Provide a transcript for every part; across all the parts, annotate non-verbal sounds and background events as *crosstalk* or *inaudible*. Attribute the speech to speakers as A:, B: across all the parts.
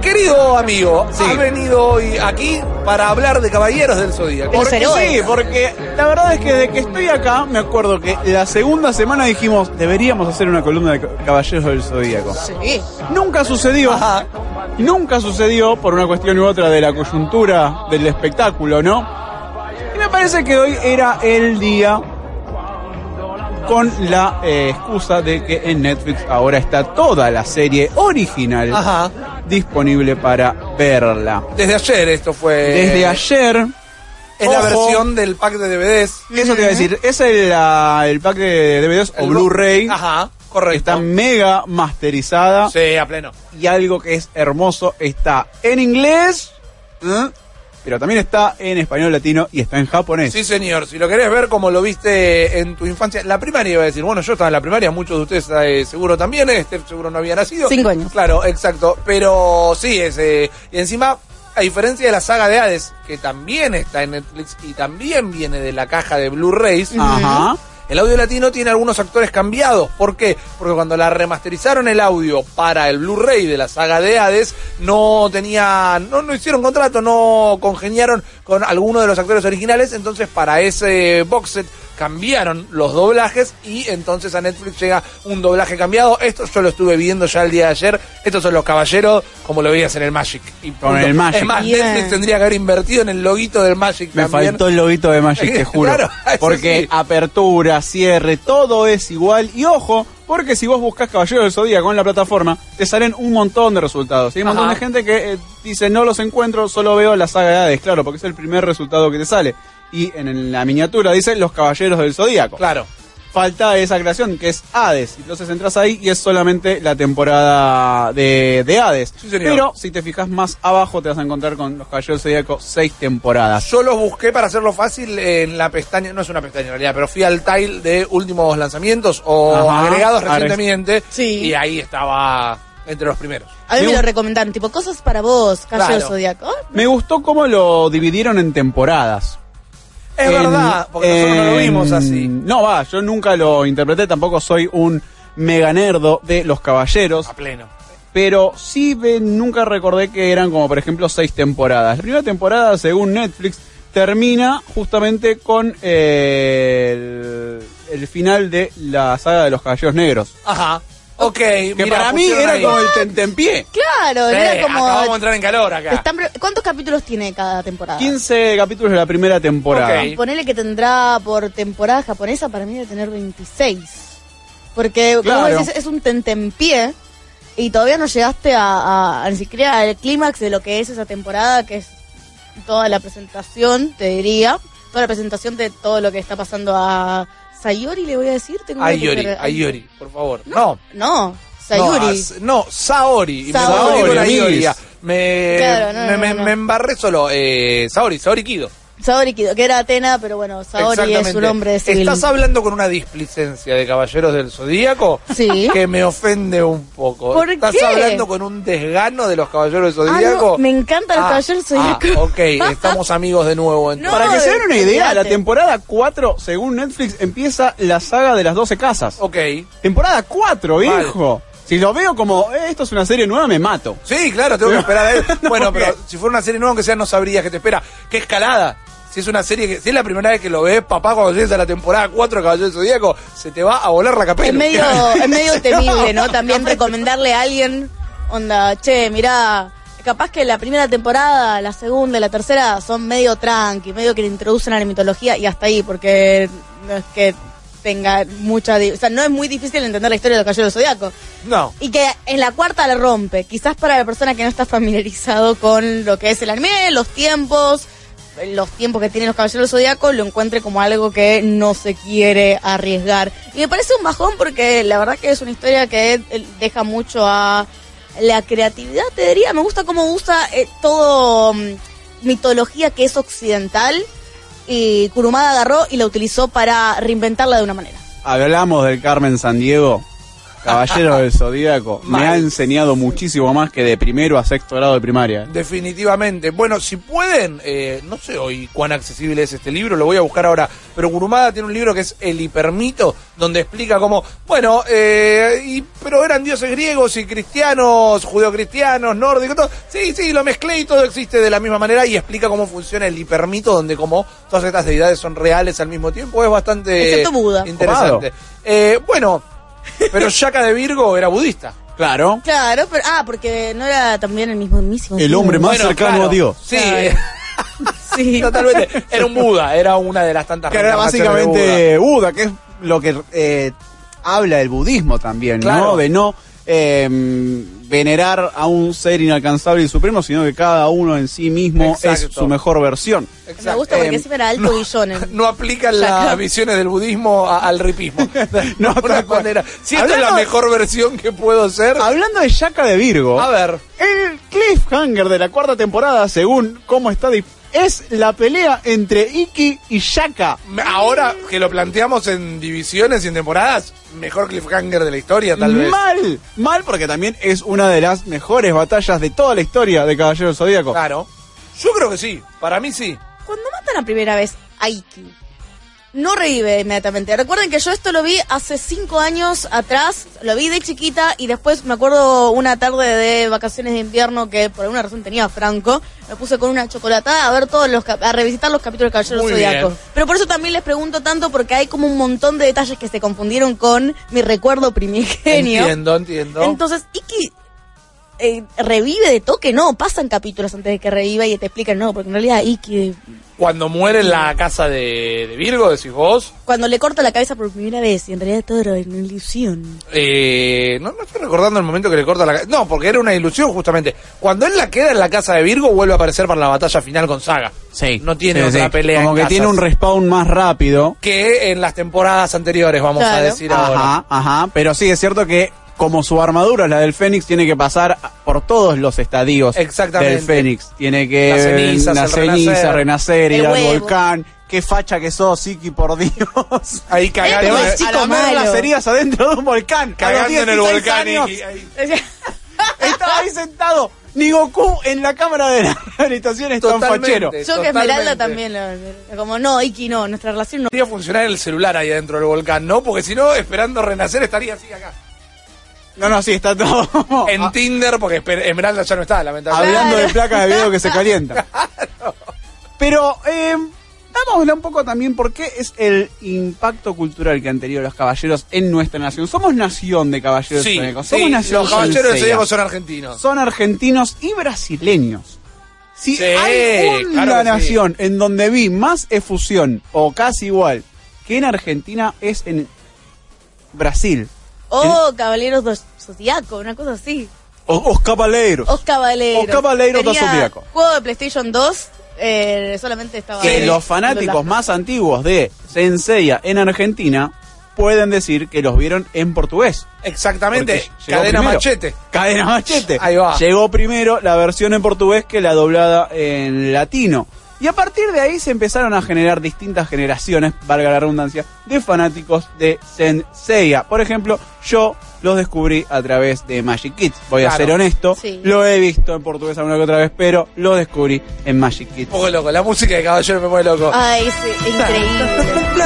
A: querido amigo
B: Sí.
A: ha venido hoy aquí para hablar de Caballeros del Zodíaco.
C: Por- Los
B: Porque
C: héroes.
B: sí, porque la verdad es que desde que estoy acá, me acuerdo que la segunda semana dijimos, deberíamos hacer una columna de ca- Caballeros del Zodíaco.
C: Sí.
B: Nunca sucedió.
A: Ajá.
B: Nunca sucedió por una cuestión u otra de la coyuntura del espectáculo, ¿no? Y me parece que hoy era el día con la eh, excusa de que en Netflix ahora está toda la serie original
A: Ajá.
B: disponible para verla.
A: Desde ayer esto fue.
B: Desde ayer,
A: Eh, Es la
B: ojo.
A: versión del pack de DVDs.
B: eso te iba a decir, es el, ah, el pack de DVDs o
A: El
B: Blu-ray,
A: Ajá, correcto.
B: está mega masterizada.
A: Sí, a pleno.
B: y algo que es hermoso está en inglés, ¿eh? pero también está en español latino y está en japonés.
A: Sí, señor. Si lo querés ver como lo viste en tu infancia, la primaria iba a decir, bueno, yo estaba en la primaria, muchos de ustedes eh, seguro también, este seguro no había nacido.
C: Cinco años.
A: Claro, exacto. Pero sí, es, eh, y encima, a diferencia de la saga de Hades, que también está en Netflix y también viene de la caja de Blu-rays,
B: Ajá.
A: el audio latino tiene algunos actores cambiados. ¿Por qué? Porque cuando la remasterizaron el audio para el Blu-ray de la saga de Hades, no tenían, no, no hicieron contrato, no congeniaron con alguno de los actores originales. Entonces, para ese box set cambiaron los doblajes y entonces a Netflix llega un doblaje cambiado. Esto yo lo estuve viendo ya el día de ayer. Estos son los caballeros, como lo veías en el Magic. Y
B: Con
A: punto.
B: el Magic.
A: Es más,
C: Bien.
A: Netflix tendría que haber invertido en el loguito del Magic
B: Me
A: también.
B: faltó el lobito de
A: *laughs*
B: Magic, te juro.
A: Claro, eso
B: porque
A: sí.
B: apertura, cierre, todo es igual. Y ojo, porque si vos buscas Caballero del Zodíaco en la plataforma, te salen un montón de resultados. Y hay un montón
A: Ajá.
B: de gente que eh, dice, no los encuentro, solo veo la saga de Hades. Claro, porque es el primer resultado que te sale. Y en la miniatura dice Los Caballeros del Zodíaco.
A: Claro.
B: falta esa creación, que es Hades. Entonces entras ahí y es solamente la temporada de, de Hades.
A: Sí, señor.
B: Pero si te fijas más abajo, te vas a encontrar con los Caballeros del Zodíaco seis temporadas.
A: Yo los Ah, busqué para hacerlo fácil en la pestaña, no es una pestaña en realidad, pero fui al tile de últimos lanzamientos o
B: Ajá.
A: agregados
B: Agre-
A: recientemente
C: Sí.
A: y ahí estaba entre los primeros.
C: A mí
B: Me
C: me lo
B: gu-
C: recomendaron, tipo, cosas para vos, Caballero
A: Claro.
C: del Zodíaco. Oh,
B: Me gustó cómo lo dividieron en temporadas.
A: Es
B: En-
A: verdad, porque nosotros no lo
B: en-
A: vimos así.
B: No, va, yo nunca lo interpreté, tampoco soy un mega nerdo de los caballeros.
A: A pleno.
B: pero sí ve- nunca recordé que eran como por ejemplo seis temporadas. La primera temporada, según Netflix, termina justamente con eh, el, el final de la saga de los Caballeros Negros.
A: Ajá. Ok.
B: Que para mí era como el tentempié.
C: Claro, era
A: Acabamos de
C: como.
A: entrar en calor acá.
C: están pre- ¿Cuántos capítulos tiene cada temporada?
B: 15 capítulos de la primera temporada.
A: Ok.
C: Ponele que tendrá por temporada japonesa, para mí debe tener 26. Porque, como
B: Claro.
C: vos decís, es un tentempié y todavía no llegaste a, a- a ni siquiera al clímax de lo que es esa temporada, que es toda la presentación, te diría. Toda la presentación de todo lo que está pasando a Sayori, le voy a decir. Tengo una
A: Ayori,
C: mujer-
A: Ayori, por favor. No.
C: No,
A: No,
C: Sayuri.
A: as- no, Saori. Y me
C: Saori.
A: confundí con la
B: Saori,
A: Ioria.
B: amiguis.
A: Me,
C: Claro, no,
A: me,
C: no,
A: me-
C: no.
A: me embarré solo. Eh, Saori, Saori Kido.
C: Saori Kido, que era Atena, pero bueno, Saori es un hombre de civil.
A: Estás hablando con una displicencia de Caballeros del Zodíaco
C: Sí.
A: que me ofende un poco.
C: ¿Por
A: Estás
C: qué?
A: hablando con un desgano de ah, los Caballeros del
C: Ah, no,
A: Zodíaco.
C: me encantan los Caballeros del *laughs* Zodíaco.
A: ok, estamos amigos de
C: *laughs*
A: nuevo. Entonces.
B: Para que se den una idea, la
C: Olvídate.
B: temporada 4, según Netflix, empieza la saga de las 12 casas.
A: Ok.
B: Temporada 4,
A: Vale.
B: hijo. Si lo veo como, "Eh, esto es una serie nueva, me mato.
A: Sí, claro, tengo que esperar
C: *laughs*
A: a él.
B: No,
A: bueno,
B: ¿qué?
A: pero si fuera una serie nueva, aunque sea, no sabrías que te espera. ¿Qué escalada? Si es una serie que, si es la primera vez que lo ves, papá, cuando llegues a la temporada 4 de Caballeros del Zodíaco, se te va a volar la capela.
C: Es medio, es medio temible, ¿no? También recomendarle a alguien, onda, che, mirá, capaz que la primera temporada, la segunda y la tercera son medio tranqui, medio que le introducen a la mitología y hasta ahí, porque no es que tenga mucha... di- O sea, no es muy difícil entender la historia de los Caballeros del Zodiaco.
A: *laughs* No.
C: Y que en la cuarta la rompe. Quizás para la persona que no está familiarizado con lo que es el anime, los tiempos, los tiempos que tienen los caballeros zodiacos, lo encuentre como algo que no se quiere arriesgar. Y me parece un bajón porque la verdad que es una historia que eh, deja mucho a la creatividad, te diría. Me gusta cómo usa eh, todo mm, mitología que es occidental. Y Kurumada agarró y la utilizó para reinventarla de una manera.
B: Hablamos del Carmen San Diego. Caballero del Zodíaco me
A: Mal.
B: ha enseñado muchísimo más que de primero a sexto grado de primaria.
A: Definitivamente. Bueno, si pueden, eh, no sé hoy cuán accesible es este libro, lo voy a buscar ahora, pero Gurumada tiene un libro que es El Hipermito, donde explica cómo, bueno, eh, y, pero eran dioses griegos y cristianos, judeocristianos, nórdicos, todo. Sí, sí, lo mezclé y todo existe de la misma manera y explica cómo funciona el hipermito, donde como todas estas deidades son reales al mismo tiempo, es bastante
C: Excepto Buda.
A: interesante. Eh, bueno, pero Shaka de Virgo era budista.
B: Claro.
C: Claro, pero. Ah, porque no era también el mismo mismo.
B: El hombre más- cercano a Dios.
A: Sí.
C: Claro.
A: eh,
C: Sí.
A: *laughs* Totalmente. Era un Buda, era una de las tantas
B: Que era
A: reencarnaciones de
B: básicamente Buda, que es lo que eh, habla el budismo también,
A: Claro.
B: ¿no? De no eh, venerar a un ser inalcanzable y supremo, sino que cada uno en sí mismo es
A: Exacto.
B: su mejor versión.
A: Buda.
C: Me
A: Exacto.
C: gusta porque
B: Em,
C: siempre era alto billón. en-
A: No aplican
C: Claro.
A: las visiones del budismo a- al ripismo. De
B: No,
A: alguna
B: tal cual.
A: manera. Si esta es la
B: Hablando-
A: mejor versión que puedo ser,
B: Hablando de Shaka de Virgo,
A: a ver.
B: el cliffhanger de la cuarta temporada, según cómo está, dif- es la pelea entre Iki y Shaka.
A: me- Ahora que lo planteamos en divisiones y en temporadas, mejor cliffhanger de la historia, tal vez.
B: Mal, mal porque también es una de las mejores batallas de toda la historia de Caballero del Zodíaco.
A: Claro. Yo creo que sí. Para mí sí.
C: Cuando matan la primera vez a Iki, no revive inmediatamente. Recuerden que yo esto lo vi hace cinco años atrás, lo vi de chiquita y después me acuerdo una tarde de vacaciones de invierno que por alguna razón tenía Franco, me puse con una chocolatada a ver todos los cap- a revisitar los capítulos de Caballero del
A: Muy bien.
C: Zodiaco. Pero por eso también les pregunto tanto porque hay como un montón de detalles que se confundieron con mi recuerdo primigenio.
A: Entiendo, entiendo.
C: Entonces, Iki eh, revive de toque, no, pasan capítulos antes de que reviva y te explican, no, porque en realidad Iki,
A: Cuando muere en la casa de, de Virgo, decís vos,
C: cuando le corta la cabeza por primera vez, y en realidad todo era una *laughs* ilusión.
A: Eh, no, no estoy recordando el momento que le corta la ca- No, porque era una ilusión justamente. Cuando él la queda en la casa de Virgo, vuelve a aparecer para la batalla final con Saga. No tiene
B: Sí,
A: otra
B: sí.
A: pelea.
B: Como
A: en
B: que
A: casas
B: tiene un respawn más rápido.
A: que en las temporadas anteriores, vamos a
C: Claro.
A: decir ahora.
B: Ajá, ajá. Pero sí es cierto que como su armadura, la del Fénix, tiene que pasar por todos los estadios
A: Exactamente.
B: del Fénix. Tiene que
A: Las cenizas,
B: la
A: el
B: ceniza,
A: renacer.
B: renacer,
C: El
B: ir al
C: huevo.
B: volcán. Qué facha que sos, Siki,
A: *laughs*
B: por Dios.
A: Ahí
C: Eh,
B: Te
A: cagando,
C: pero
B: vas
C: es chico
B: a lamer
C: malo.
B: las heridas adentro de un volcán. a los
A: cagando en el
B: 16
A: volcán. *laughs*
B: años.
A: Iki, ahí.
B: Estaba ahí sentado. Ni Goku en la cámara de la *laughs* rehabilitación es tan
A: Totalmente.
B: fachero.
C: Yo que
A: Totalmente.
C: Esmeralda también, lo- lo- como no, Iki no, nuestra relación no.
A: Podría funcionar el celular ahí adentro del volcán, ¿no? Porque si no, esperando renacer, estaría así acá.
B: No, no, ah. sí, está todo.
A: En Tinder, porque Esper- Esmeralda ya no está, lamentablemente.
B: Hablando de placas de video que
A: *laughs*
B: se calientan. Pero, eh, dámosle un poco también por qué es el impacto cultural que han tenido los caballeros en nuestra nación. Somos nación de caballeros
A: Sí,
B: zodíacos.
A: sí,
B: Somos nación
A: los caballeros de
B: salsera.
A: Zodíaco son argentinos.
B: Son argentinos y brasileños. Si
A: Sí,
B: hay una
A: claro que sí.
B: nación en donde vi más efusión o casi igual que en Argentina es en Brasil.
C: Oh, caballeros dos zodiaco, una cosa así.
B: Os caballeros.
C: Os caballeros.
B: Os caballeros dos
C: Tenía
B: zodiaco.
C: Juego de PlayStation 2, eh, solamente estaba.
B: que
C: ahí.
B: los fanáticos más antiguos de Senseiya en Argentina pueden decir que los vieron en portugués.
A: Exactamente.
B: Porque llegó
A: Cadena
B: primero.
A: machete.
B: Cadena machete.
A: Ahí va.
B: Llegó primero la versión en portugués que la doblada en latino. Y a partir de ahí se empezaron a generar distintas generaciones, valga la redundancia, de fanáticos de Senseiya. Por ejemplo, yo los descubrí a través de Magic Kids. Voy a
A: Claro.
B: ser honesto,
C: Sí.
B: lo he visto en portugués alguna que otra vez, pero lo descubrí en Magic Kids.
A: Un poco loco, la música de Caballero me mueve loco.
C: Ay, sí, increíble.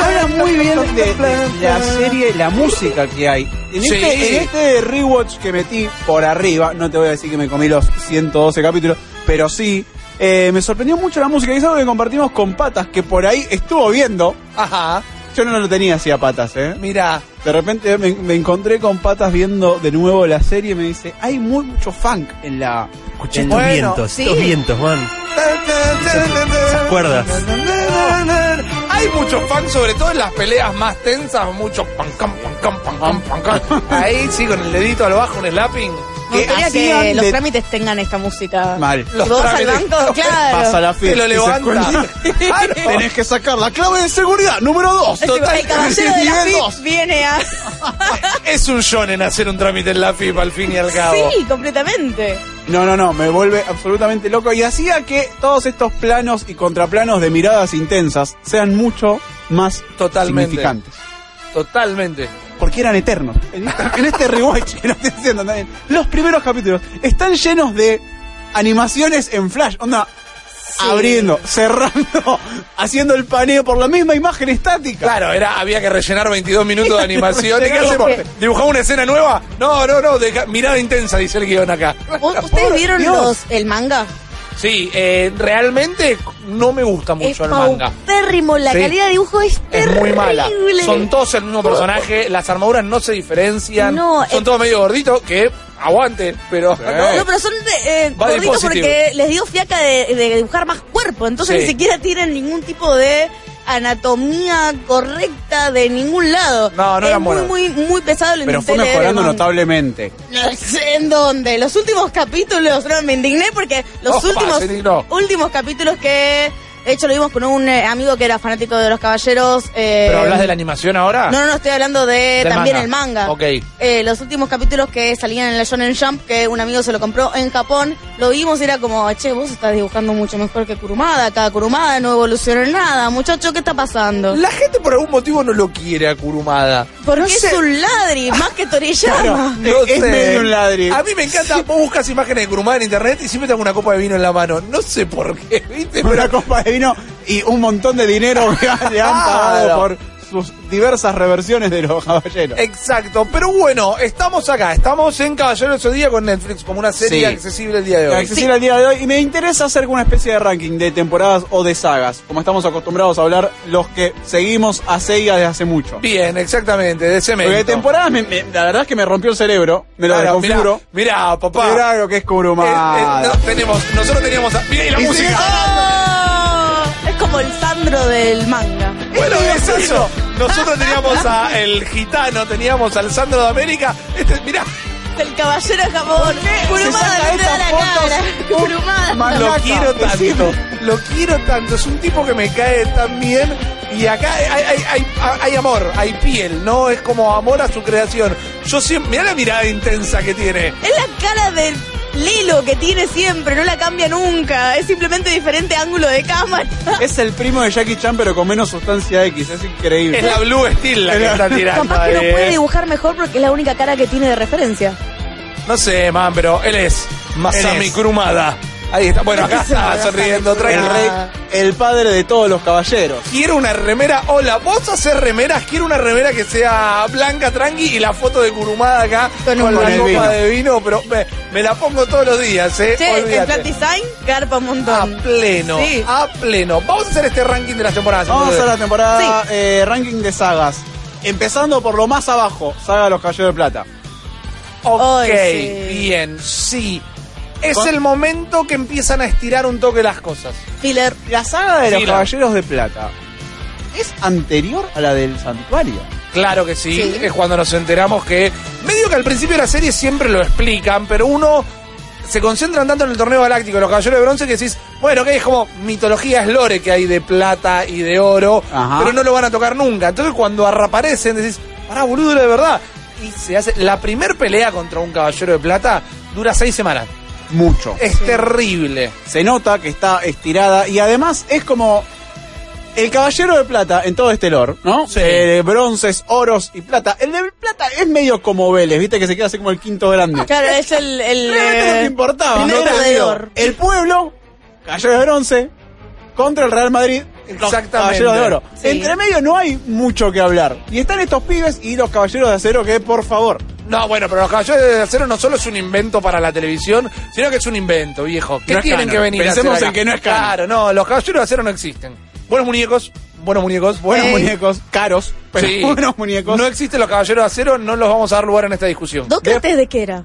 B: Habla muy bien de, de la serie, la música que hay. En,
A: Sí.
B: este, en este rewatch que metí por arriba, no te voy a decir que me comí los 112 capítulos, pero sí, eh, me sorprendió mucho la música. Y es algo que compartimos con Patas, que por ahí estuvo viendo.
A: Ajá,
B: Yo no lo tenía así a Patas, ¿eh?
A: mira.
B: De repente me, me encontré con Patas viendo de nuevo la serie y me dice, hay muy mucho funk en la...
D: Escuché
B: en-
D: estos
A: Bueno,
D: vientos,
C: sí.
D: estos vientos, man. acuerdas?
A: Hay mucho fan, sobre todo en las peleas más tensas, mucho pan, cam, pan, cam, pan,
C: Ah.
A: cam, pan, cam. Ahí sí, con el dedito al bajo, un slapping.
C: *laughs* Me
B: que
C: gustaría que
B: hacían
C: los
B: de-
C: trámites tengan esta música.
B: Mal.
C: Si vos vas al
A: trámites. *laughs*
C: banco, claro.
B: Pasa la
A: Te lo
B: fiesta y se *laughs*
A: levanta. Claro.
B: Tenés que sacar la clave de seguridad, número 2.
C: Es que el caballero de la FIP viene a...
A: Es un shonen hacer un trámite en la FIP al fin y al cabo.
C: Sí, completamente.
B: No, no, no, me vuelve absolutamente loco y hacía que todos estos planos y contraplanos de miradas intensas sean mucho más
A: Totalmente.
B: significantes.
A: Totalmente.
B: Porque que eran eternos. En, esta- en este rewatch que nos estoy diciendo también, los primeros capítulos están llenos de animaciones en flash. Onda, abriendo, cerrando, *laughs* haciendo el paneo por la misma imagen estática.
A: Claro, era, había que rellenar 22 minutos de animación.
C: *laughs*
A: ¿Y ¿Qué
B: Rellenar
A: hacemos?
B: porque-
A: ¿Dibujamos una escena nueva? No, no, no, deja- mirada intensa, dice el guión
C: *laughs*
A: acá.
C: ¿U- ¿Ustedes vieron
B: Dios.
C: los, el manga?
A: Sí, eh, realmente no me gusta mucho
C: es
A: el manga.
C: paupérrimo, la
A: Sí.
C: calidad de dibujo es
A: Es
C: terrible.
A: muy mala. Son todos el mismo personaje, las armaduras no se diferencian.
C: No,
A: son
C: eh,
A: todos medio gorditos, que aguante, pero
C: No,
A: no.
C: pero son de, eh,
A: Body
C: gorditos
A: positive.
C: porque les dio fiaca de, de dibujar más cuerpo, entonces
A: Sí.
C: ni siquiera tienen ningún tipo de anatomía correcta de ningún lado.
A: No, no
C: es
A: eran
C: muy,
A: buenos.
C: muy, muy pesado. Lo
B: Pero fue
C: intenté leer,
B: mejorando
C: hermano.
B: notablemente.
C: No sé en dónde. Los últimos capítulos, no, me indigné porque los
A: Opa,
C: últimos
A: se indignó.
C: últimos capítulos que de hecho lo vimos con un eh, amigo que era fanático de los caballeros. eh,
A: ¿Pero hablas de la animación ahora?
C: No, no, no, estoy hablando de
A: Del
C: también
A: manga.
C: el manga.
A: Ok.
C: Eh, los últimos capítulos que salían en la Shonen Jump, que un amigo se lo compró en Japón, lo vimos y era como, che, vos estás dibujando mucho mejor que Kurumada. Cada Kurumada no evolucionó en nada. Muchacho, ¿qué está pasando?
A: La gente por algún motivo no lo quiere a Kurumada.
C: Porque
A: No
C: es
A: sé.
C: un ladri, más que Toriyama.
A: No
B: Es- es
A: sé.
B: medio un ladri.
A: A mí me encanta. Vos buscas imágenes de Kurumada en internet y siempre tengo una copa de vino en la mano. No sé por qué, *laughs* ¿viste?
B: Una
A: Pero
B: copa de vino y un montón de dinero que le han pagado
A: Claro.
B: por sus diversas reversiones de los caballeros.
A: Exacto, pero bueno, estamos acá, estamos en Caballero de día con Netflix, como una serie
B: Sí.
A: accesible el día de hoy.
B: accesible al día de hoy y me interesa hacer una especie de ranking de temporadas o de sagas, como estamos acostumbrados a hablar los que seguimos a Seiya desde hace mucho.
A: Bien, exactamente, de cemento.
B: Porque de temporadas, me- me- la verdad es que me rompió el cerebro, me lo
A: Claro, mirá,
B: configuro.
A: mirá, papá.
B: Mirá lo que es Kurumada.
A: Eh, eh, no, tenemos, nosotros teníamos. a- Mirá, y la
B: Y
A: música.
B: sigue-
C: ¡Oh! Es como el Sandro del manga.
A: Bueno, es eso. Nosotros teníamos a el gitano, teníamos al Sandro de América. Este, mirá,
C: *laughs* El caballero de Japón.
B: se saca
C: Kurumada no te da
B: estas
C: la
B: fotos?
C: cara.
B: Uh,
C: Kurumada.
B: mal-
A: lo
B: Malaca,
A: quiero tanto.
B: decime.
A: Lo quiero tanto. Es un tipo que me cae tan bien. Y acá hay, hay- hay- hay amor, hay piel, ¿no? Es como amor a su creación. Yo siempre. Mirá la mirada intensa que tiene.
C: Es la cara del Lilo que tiene siempre, no la cambia nunca. Es simplemente diferente ángulo de cámara.
B: Es el primo de Jackie Chan, pero con menos sustancia X, es increíble.
A: Es la Blue Steel la que está tirando.
C: Capaz que no
A: ahí,
C: puede
A: ¿eh?
C: dibujar mejor porque es la única cara que tiene de referencia.
A: No sé, man, pero él es Masami
B: Él es.
A: Krumada. Ahí está. Bueno, acá está sonriendo,
B: el,
A: tranquilo.
B: rey, el padre de todos los caballeros.
A: Quiero una remera. Hola, vos haces remeras. Quiero una remera que sea blanca, tranqui y la foto de Kurumada acá con,
C: Con un
A: la
B: buen
A: copa
B: vino.
A: de vino. Pero me, me la pongo todos los días, ¿eh?
C: Che, el
A: Olvídate. Ah,
C: flat design garpa un
A: a
C: montón.
A: pleno,
C: Sí.
A: a pleno. Vamos a hacer este ranking de las temporadas.
B: Vamos a hacer la
A: entonces.
B: temporada eh, ranking de sagas. Empezando por lo más abajo, saga de los caballeros de plata.
A: Ok,
C: Ay, sí.
A: bien, sí. Es
B: Con-
A: el momento que empiezan a estirar un toque las cosas.
C: Filler.
B: La saga de los
A: Sí, la-
B: caballeros de plata es anterior a la del santuario.
A: Claro que sí.
C: Sí.
A: es cuando nos enteramos que medio que al principio de la serie siempre lo explican, pero uno se concentran tanto en el torneo galáctico, los caballeros de bronce, que decís, bueno, que es como mitología es lore que hay de plata y de oro,
B: Ajá.
A: pero no lo van a tocar nunca. Entonces cuando reaparecen decís, pará, boludo, era de verdad. Y se hace, la primer pelea contra un caballero de plata dura seis semanas.
B: Mucho.
A: Es terrible.
B: Se nota que está estirada y además es como el caballero de plata en todo este lore, ¿no?
A: Sí.
B: Eh, bronces, oros y plata. El de plata es medio como Vélez, viste que se queda así como el quinto grande.
C: Claro, es el. el
B: Realmente no
C: eh,
B: te importaba.
C: primero
B: no te Eh,
C: de
B: digo.
C: Or.
B: El pueblo, Caballero de Bronce, contra el Real Madrid, los
A: Exactamente.
B: Caballeros de Oro.
C: Sí.
B: Entre medio no hay mucho que hablar. Y están estos pibes y los Caballeros de Acero que, por favor,
A: No, bueno, pero los caballeros de acero no solo es un invento para la televisión, sino que es un invento, viejo. ¿Qué
B: No es
A: tienen
B: canon.
A: que venir
B: Pensemos
A: a hacer
B: en
A: acá?
B: que no es canon.
A: Claro, no, los caballeros de acero no existen. Buenos muñecos, buenos muñecos,
B: buenos
A: buenos muñecos.
B: muñecos, caros, pero
A: Sí.
B: *laughs* buenos muñecos.
A: No existen los caballeros de acero, no los vamos a dar lugar en esta discusión.
C: ¿Dócrates de qué era?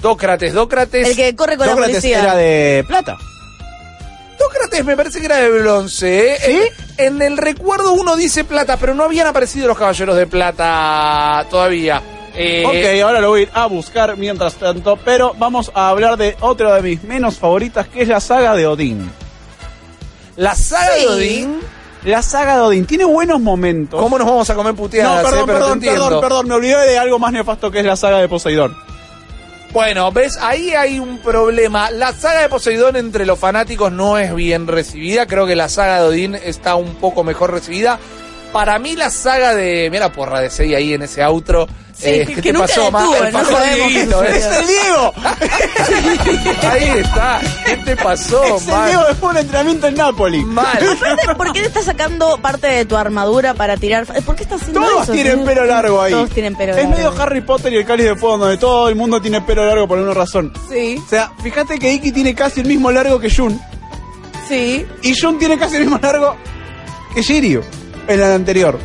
A: Dócrates, Dócrates.
C: El que corre con la
B: Dócrates
C: policía.
B: era de plata.
A: Dócrates me parece que era de bronce. ¿eh? En, en el recuerdo uno dice plata, pero no habían aparecido los caballeros de plata todavía. Eh,
B: Ok, ahora lo voy a ir a buscar mientras tanto, pero vamos a hablar de otra de mis menos favoritas, que es la saga de Odín.
A: La saga
C: Sí.
A: de Odín.
B: La saga de Odín tiene buenos momentos.
A: ¿Cómo nos vamos a comer
B: No,
A: puteadas? eh?
B: perdón,
A: Pero te
B: perdón,
A: entiendo.
B: perdón, perdón, me olvidé de algo más nefasto que es la saga de Poseidón.
A: Bueno, ves, ahí hay un problema. La saga de Poseidón entre los fanáticos no es bien recibida. Creo que la saga de Odín está un poco mejor recibida. Para mí la saga de... Mira la porra de Sei ahí en ese outro.
C: Sí, que- que nunca detuvo,
A: Ma? El
C: no
A: pasó
C: sabemos qué
A: Dieguito,
C: sucedió.
A: ¿eh?
B: ¡Es el Diego!
A: Ahí está. ¿Qué te
C: *laughs*
A: pasó,
B: ¡Es el
A: mal?
B: Diego después de un entrenamiento en Napoli!
A: Mal.
C: Aparte, ¿por qué te estás sacando parte de tu armadura para tirar? fa- ¿Por qué estás haciendo
B: Todos
C: eso?
B: tienen pelo largo ahí.
C: Todos tienen pelo
B: es
C: largo.
B: medio Harry Potter y el cáliz de fuego donde todo el mundo tiene pelo largo por alguna razón.
C: Sí,
B: O sea, fíjate que Iki tiene casi el mismo largo que Jun.
C: sí.
B: Y Jun tiene casi el mismo largo que Shiryu en la anterior.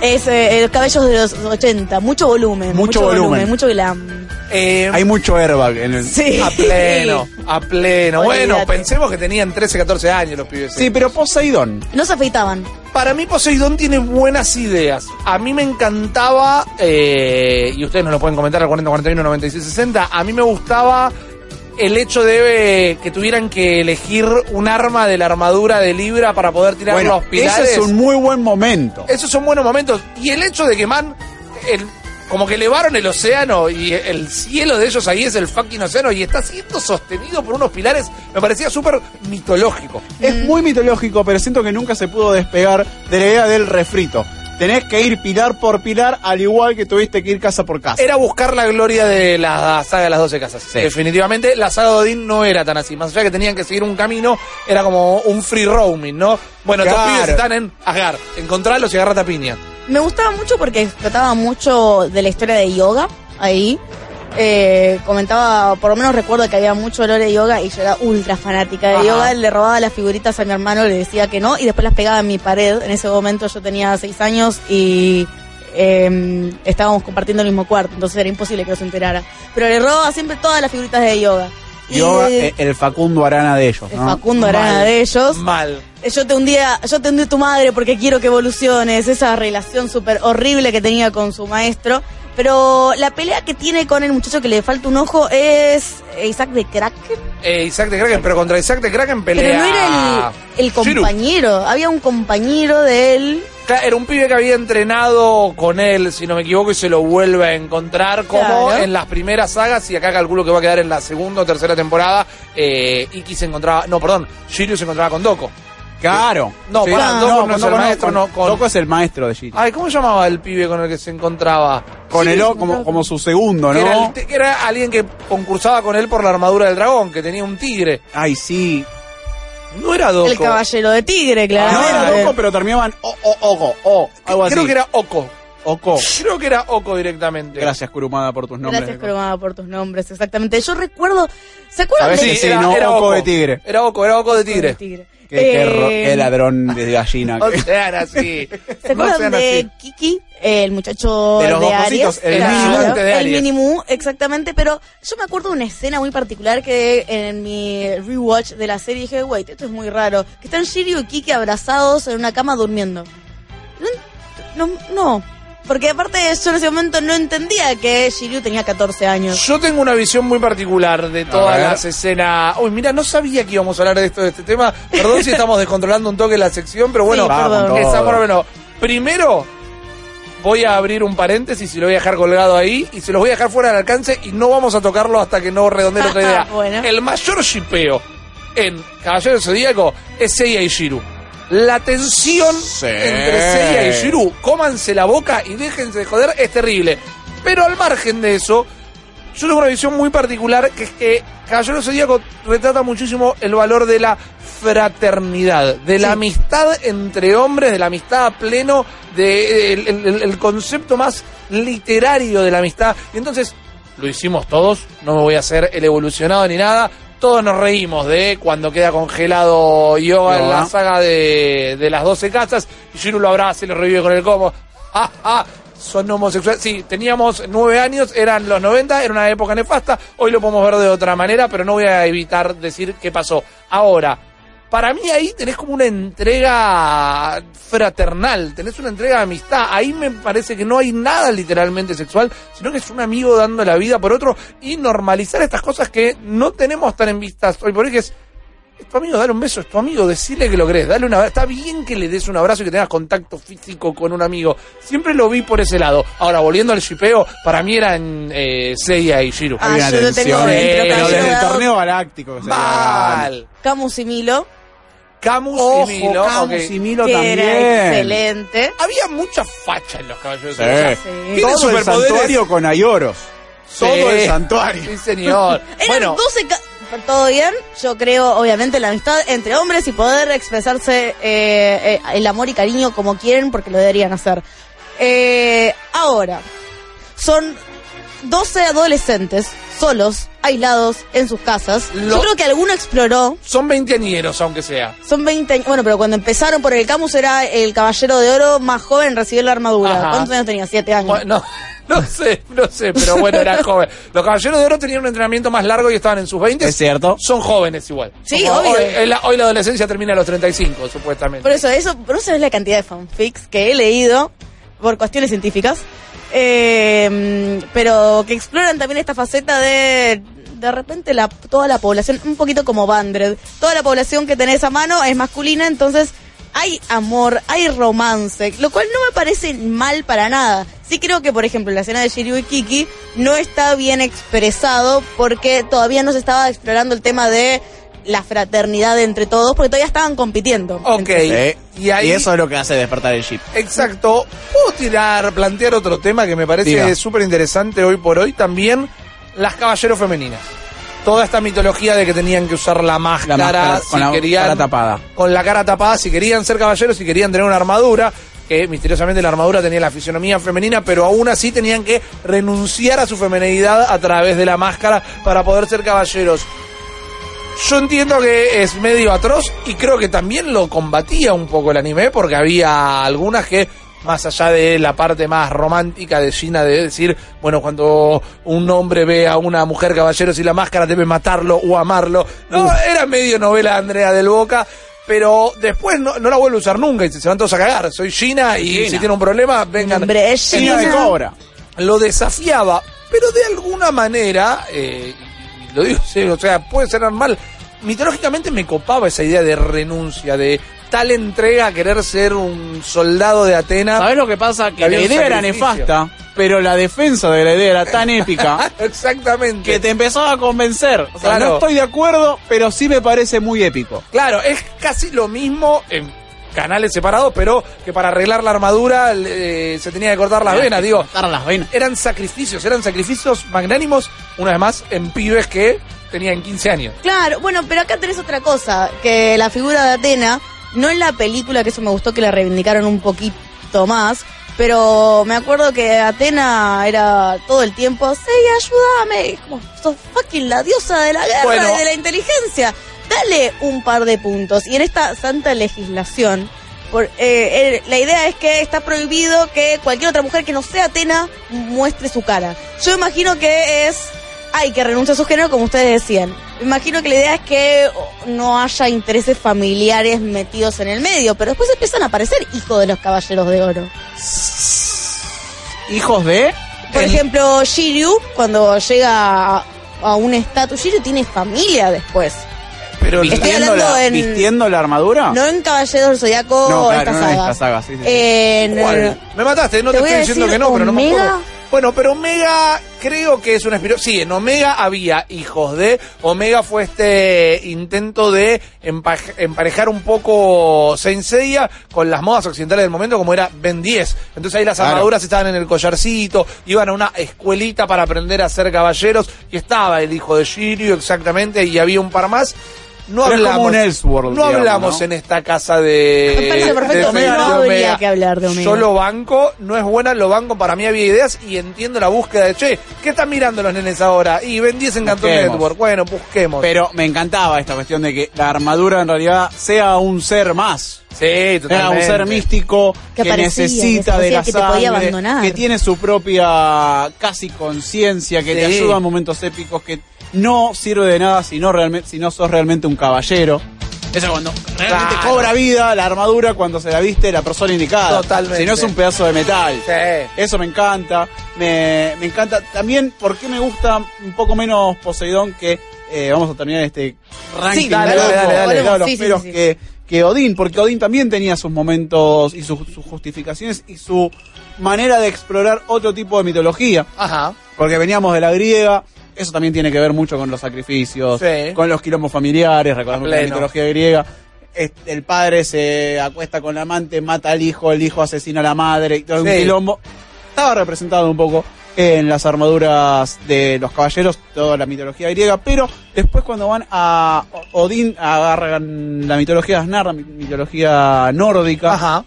C: Es eh, eh, cabellos de los 80, mucho volumen.
B: Mucho volumen.
C: Mucho glam.
A: Eh,
B: Hay mucho airbag en el...
C: Sí.
A: A pleno, a
C: *laughs*
A: pleno. Bueno,
C: Olvídate.
A: pensemos que tenían 13, 14 años los pibes.
B: Sí, pero Poseidón.
C: No se afeitaban.
A: Para mí Poseidón tiene buenas ideas. A mí me encantaba, eh, y ustedes nos lo pueden comentar al 40, 41, 96, 60, a mí me gustaba el hecho de eh, que tuvieran que elegir un arma de la armadura de Libra para poder tirar
B: Bueno,
A: los pilares.
B: ese es un muy buen momento.
A: Esos son buenos momentos. Y el hecho de que Man, el- como que elevaron el océano y el cielo de ellos ahí es el fucking océano y está siendo sostenido por unos pilares, me parecía súper mitológico.
B: Es
C: Mm.
B: muy mitológico, pero siento que nunca se pudo despegar de la idea del refrito. Tenés que ir pilar por pilar, al igual que tuviste que ir casa por
C: Eh,
B: casa.
A: Era buscar la gloria de la saga de las 12 casas.
B: Sí.
A: Definitivamente, la saga de Odín no era tan así. Más allá que tenían que seguir un camino, era como un free roaming, ¿no? Bueno, estos
B: Claro.
A: pibes están en Asgard. Encontralos y agarrate a piña.
C: Me gustaba mucho porque explotaba mucho de la historia de yoga ahí. Eh, comentaba, por lo menos recuerdo que había mucho olor de yoga y yo era ultra fanática de
A: Ajá.
C: yoga. Le robaba las figuritas a mi hermano, le decía que no y después las pegaba en mi pared. En ese momento yo tenía seis años y eh, estábamos compartiendo el mismo cuarto, entonces era imposible que yo se enterara. Pero le robaba siempre todas las figuritas de yoga. Y,
B: Yoga,
C: eh,
B: eh, el Facundo Arana de ellos.
C: el
B: ¿no?
C: Facundo era
A: Mal.
C: de ellos.
A: Mal.
C: Eh, Yo te hundía, yo te hundí a tu madre porque quiero que evoluciones, esa relación súper horrible que tenía con su maestro. Pero la pelea que tiene con el muchacho que le falta un ojo es Isaac de Crack.
A: Eh, Isaac de Kraken, pero contra Isaac de Kraken pelea.
C: Pero no era el, el
A: Shiru.
C: compañero, había un compañero de él.
A: Claro, Era un pibe que había entrenado con él, si no me equivoco, y se lo vuelve a encontrar como
C: Claro.
A: en las primeras sagas, y acá calculo que va a quedar en la segunda o tercera temporada, eh, Iki se encontraba, no, perdón, Shiryu se encontraba con Doko.
B: Claro. Ah,
A: No, pará,
C: no,
A: no es el maestro, no, con- Ah,
B: Doco es el maestro de Shiryu.
A: Ay, ¿cómo se llamaba el pibe con el que se encontraba?
B: Con
C: sí,
B: el
C: sí,
B: O como,
C: Doco.
B: como su segundo,
A: Que era, el
B: ¿no?
A: te- que era alguien que concursaba con él por la armadura del dragón, que tenía un tigre.
B: Ay, sí.
A: No era Doko.
C: El caballero de tigre,
B: No
C: claramente.
B: era Doco, pero terminaban O, O, Ogo, O, algo así.
A: Creo que era Oko.
B: Oco.
A: Creo que era Oko directamente.
B: Gracias, Kurumada, por tus nombres.
C: Gracias, Cromada, por tus nombres, exactamente. Yo recuerdo, ¿se acuerdan
B: ¿Sabes?
C: de
B: Sí, sí, no, Oko de tigre.
A: Era Oko, era Oko de tigre.
C: de tigre?
B: Qué, qué ro-
C: Eh,
B: qué ladrón de gallina.
A: No sean así.
C: ¿Se
A: No
C: acuerdan
A: sean
C: de
A: así.
C: Kiki, eh, el muchacho
B: De
C: de,
B: los dos
C: Aries?
B: cositos, el
A: Minimu.
C: Claro,
A: de
C: El
A: Aries.
C: Minimu, exactamente. Pero yo me acuerdo de una escena muy particular que en mi rewatch de la serie dije, wait, esto es muy raro. Que están Shiryu y Kiki abrazados en una cama durmiendo. No, no, no. Porque aparte yo en ese momento no entendía que Shiryu tenía 14 años.
A: Yo tengo una visión muy particular de todas
B: ver.
A: las escenas. Uy, mira, no sabía que íbamos a hablar de esto, de este tema. Perdón si estamos descontrolando un toque la sección, pero bueno,
C: Sí,
B: va con
C: perdón.
B: todo.
A: está por bueno. Primero, voy a abrir un paréntesis y lo voy a dejar colgado ahí y se los voy a dejar fuera del alcance y no vamos a tocarlo hasta que no redondee la
C: *laughs*
A: otra idea.
C: Bueno.
A: El mayor shipeo en Caballero del Zodíaco es Seiya y Shiru. La tensión
B: Sí.
A: entre Seiya y Shiru, cómanse la boca y déjense de joder, es terrible. Pero al margen de eso, yo tengo una visión muy particular que es que Caballero Zodíaco retrata muchísimo el valor de la fraternidad, de la
C: Sí.
A: amistad entre hombres, de la amistad a pleno, de el, el- el- el concepto más literario de la amistad. Y entonces, lo hicimos todos, no me voy a hacer el evolucionado ni nada. Todos nos reímos de cuando queda congelado Yoga en
B: Yoga.
A: la saga de, de las 12 casas y Shiru lo abraza y lo revive con el combo. *laughs* ¡Ja, ja! Son homosexuales. Sí, teníamos nueve años, eran los 90, era una época nefasta. Hoy lo podemos ver de otra manera, pero no voy a evitar decir qué pasó. Ahora, para mí ahí tenés como una entrega fraternal, tenés una entrega de amistad. Ahí me parece que no hay nada literalmente sexual, sino que es un amigo dando la vida por otro y normalizar estas cosas que no tenemos tan en vistas hoy por hoy, que es es tu amigo, dale un beso, es tu amigo, decirle que lo crees, dale un abrazo. Está bien que le des un abrazo y que tengas contacto físico con un amigo. Siempre lo vi por ese lado. Ahora, volviendo al shipeo, para mí eran eh, Seiya y Shiro.
C: Ah,
B: Hay una
C: yo lo tengo
B: tensión,
A: dentro,
B: pero
A: cayó
B: desde el
C: dado.
B: torneo galáctico. que se llama.
A: Mal.
C: Camus y Milo.
A: Camus
B: Ojo,
A: y Milo.
B: Camus
A: ok.
B: y Milo
C: que
B: también.
C: era excelente.
A: Había mucha facha en los caballeros
B: Sí.
A: del Zodiaco.
C: Sí.
A: Tiene
B: Todo el
A: superpoderes.
B: santuario con Ayoros. Todo
A: Sí.
B: el santuario.
A: Sí, señor.
C: Eran
A: bueno,
C: 12 ca- todo bien, yo creo obviamente la amistad entre hombres y poder expresarse eh, eh, el amor y cariño como quieren porque lo deberían hacer. Eh, ahora, son 12 adolescentes solos, aislados en sus casas.
A: Lo-
C: Yo creo que alguno exploró,
A: son veinteañeros, aunque sea.
C: son 20 años, bueno, pero cuando empezaron por el Camus era el caballero de oro más joven, recibió la armadura.
A: Ajá.
C: ¿Cuántos años tenía? 7 años.
A: Bueno, no *laughs* sé, no sé, pero bueno, era joven. Los caballeros de oro tenían un entrenamiento más largo y estaban en sus 20.
B: Es cierto.
A: Son jóvenes igual.
C: Sí,
A: Como
C: obvio.
A: Hoy, eh, la, hoy la adolescencia termina a los 35, supuestamente.
C: Por eso, eso, por eso es la cantidad de fanfics que he leído por cuestiones científicas. eh, pero que exploran también esta faceta de de repente la, toda la población, un poquito como Bandred, toda la población que tenés a mano es masculina, entonces hay amor, hay romance, lo cual no me parece mal para nada. Sí creo que, por ejemplo, la escena de Shiryu y Kiki no está bien expresado porque todavía no se estaba explorando el tema de la fraternidad entre todos, porque todavía estaban compitiendo.
A: ok.
B: Sí.
A: Y ahí.
B: Y eso es lo que hace despertar el chip.
A: Exacto. Puedo tirar, plantear otro tema que me parece
B: Diga.
A: súper interesante hoy por hoy también. Las caballeros femeninas. Toda esta mitología de que tenían que usar la máscara,
B: máscara,
A: si
B: con la
A: querían.
B: cara tapada.
A: Con la cara tapada, si querían ser caballeros, si querían tener una armadura. Que misteriosamente la armadura tenía la fisionomía femenina, pero aún así tenían que renunciar a su femenidad a través de la máscara para poder ser caballeros. Yo entiendo que es medio atroz y creo que también lo combatía un poco el anime porque había algunas que más allá de la parte más romántica de Gina de decir, bueno, cuando un hombre ve a una mujer caballero sin la máscara debe matarlo o amarlo. No, era medio novela Andrea del Boca, pero después no, no la vuelve a usar nunca y se van todos a cagar. Soy Gina y
B: Gina.
A: si tiene un problema, vengan.
C: Hombre, es
B: Gina de
C: Gina.
B: cobra.
A: Lo desafiaba, pero de alguna manera, eh, y lo digo serio, o sea, puede ser normal, mitológicamente me copaba esa idea de renuncia, de tal entrega a querer ser un soldado de Atenas.
B: ¿Sabes lo que pasa? Que
A: Había
B: la
A: un
B: idea era
A: sacrificio.
B: nefasta, pero la defensa de la idea era tan épica
A: *laughs* Exactamente.
B: que te empezaba a convencer. O sea,
A: Claro.
B: no estoy de acuerdo, pero sí me parece muy épico.
A: Claro, es casi lo mismo en canales separados, pero que para arreglar la armadura le- eh, se tenía que cortar las venas, digo.
B: Cortar las venas.
A: Eran sacrificios, eran sacrificios magnánimos, una vez más, en pibes que tenían 15 años.
C: Claro, bueno, pero acá tenés otra cosa, que la figura de Atena, no en la película, que eso me gustó que la reivindicaron un poquito más, pero me acuerdo que Atena era todo el tiempo, sí, ayúdame, y como, sos fucking la diosa de la guerra
A: Bueno.
C: y de la inteligencia, dale un par de puntos. Y en esta santa legislación, por, eh, eh, la idea es que está prohibido que cualquier otra mujer que no sea Atena muestre su cara. Yo imagino que es... Ay, que renuncia a su género, como ustedes decían. Imagino que la idea es que oh, no haya intereses familiares metidos en el medio, pero después empiezan a aparecer hijos de los caballeros de oro.
B: Hijos de.
C: Por ejemplo, Shiryu, cuando llega a, a un estatus, Shiryu tiene familia después.
A: Pero
C: Estoy
B: Vistiendo
C: hablando
B: la,
C: en-
B: vistiendo la armadura.
C: No en Caballeros del Zodíaco
B: Ah. No,
C: o
B: claro,
C: esta
B: no en
C: saga.
B: esta saga, sí, sí, sí.
A: Eh,
C: En-
A: ¿Cuál? Me mataste, no
C: Te
A: te,
C: voy a
A: estoy diciendo
C: decir
A: que no, pero no me
C: Omega.
A: acuerdo. Bueno, pero Omega creo que es una inspiración. Sí, en Omega había hijos de. Omega fue este intento de empaj- emparejar un poco Senseiya con las modas occidentales del momento, como era Ben 10. Entonces ahí las
B: Claro.
A: armaduras estaban en el collarcito, iban a una escuelita para aprender a ser caballeros, y estaba el hijo de Shiryu exactamente, y había un par más. No
B: Pero es como
A: hablamos,
B: un Elseworld,
A: no
B: digamos,
A: hablamos
B: ¿no?
A: en esta casa de.
C: Me parece
A: de
C: perfecto,
A: Felipe
C: no habría que hablar de Omega.
A: Yo lo banco, no es buena, lo banco, para mí había ideas y entiendo la búsqueda de, che, ¿qué están mirando los nenes ahora? Y Ben 10 en Cartoon
B: Busquemos.
A: Network, bueno, busquemos.
B: Pero me encantaba esta cuestión de que la armadura en realidad sea un ser más.
A: sí,
B: Era un
A: totalmente.
B: ser místico
C: Que
B: que,
C: aparecía,
B: necesita
C: que
B: de la
C: se parecía que te podía
B: sangre,
C: abandonar.
B: que tiene su propia casi conciencia, que te
A: Sí.
B: ayuda en momentos épicos, que no sirve de nada si no, realmente, si no sos realmente un caballero. Eso cuando realmente
A: Claro.
B: cobra vida la armadura cuando se la viste la persona indicada.
A: Totalmente.
B: Si no es un pedazo de metal.
A: Sí.
B: Eso me encanta. Me, me encanta también porque me gusta un poco menos Poseidón que eh, vamos a terminar este ranking
A: Sí, dale,
B: de
A: dale,
B: loco,
A: dale, dale.
B: de los
C: Sí, sí,
B: pelos
C: sí, sí.
B: Que, que Odín, porque Odín también tenía sus momentos y sus, sus justificaciones y su manera de explorar otro tipo de mitología,
A: Ajá.
B: porque veníamos de la griega. Eso también tiene que ver mucho con los sacrificios,
A: Sí.
B: con los quilombos familiares, recordamos
A: A
B: que la
A: pleno.
B: mitología griega es- el padre se acuesta con la amante, mata al hijo, el hijo asesina a la madre, y todo un
A: Sí.
B: quilombo. Estaba representado un poco en las armaduras de los caballeros, toda la mitología griega, pero después cuando van a O- Odín, agarran la mitología de Asnar, la mi- mitología nórdica,
A: Ajá.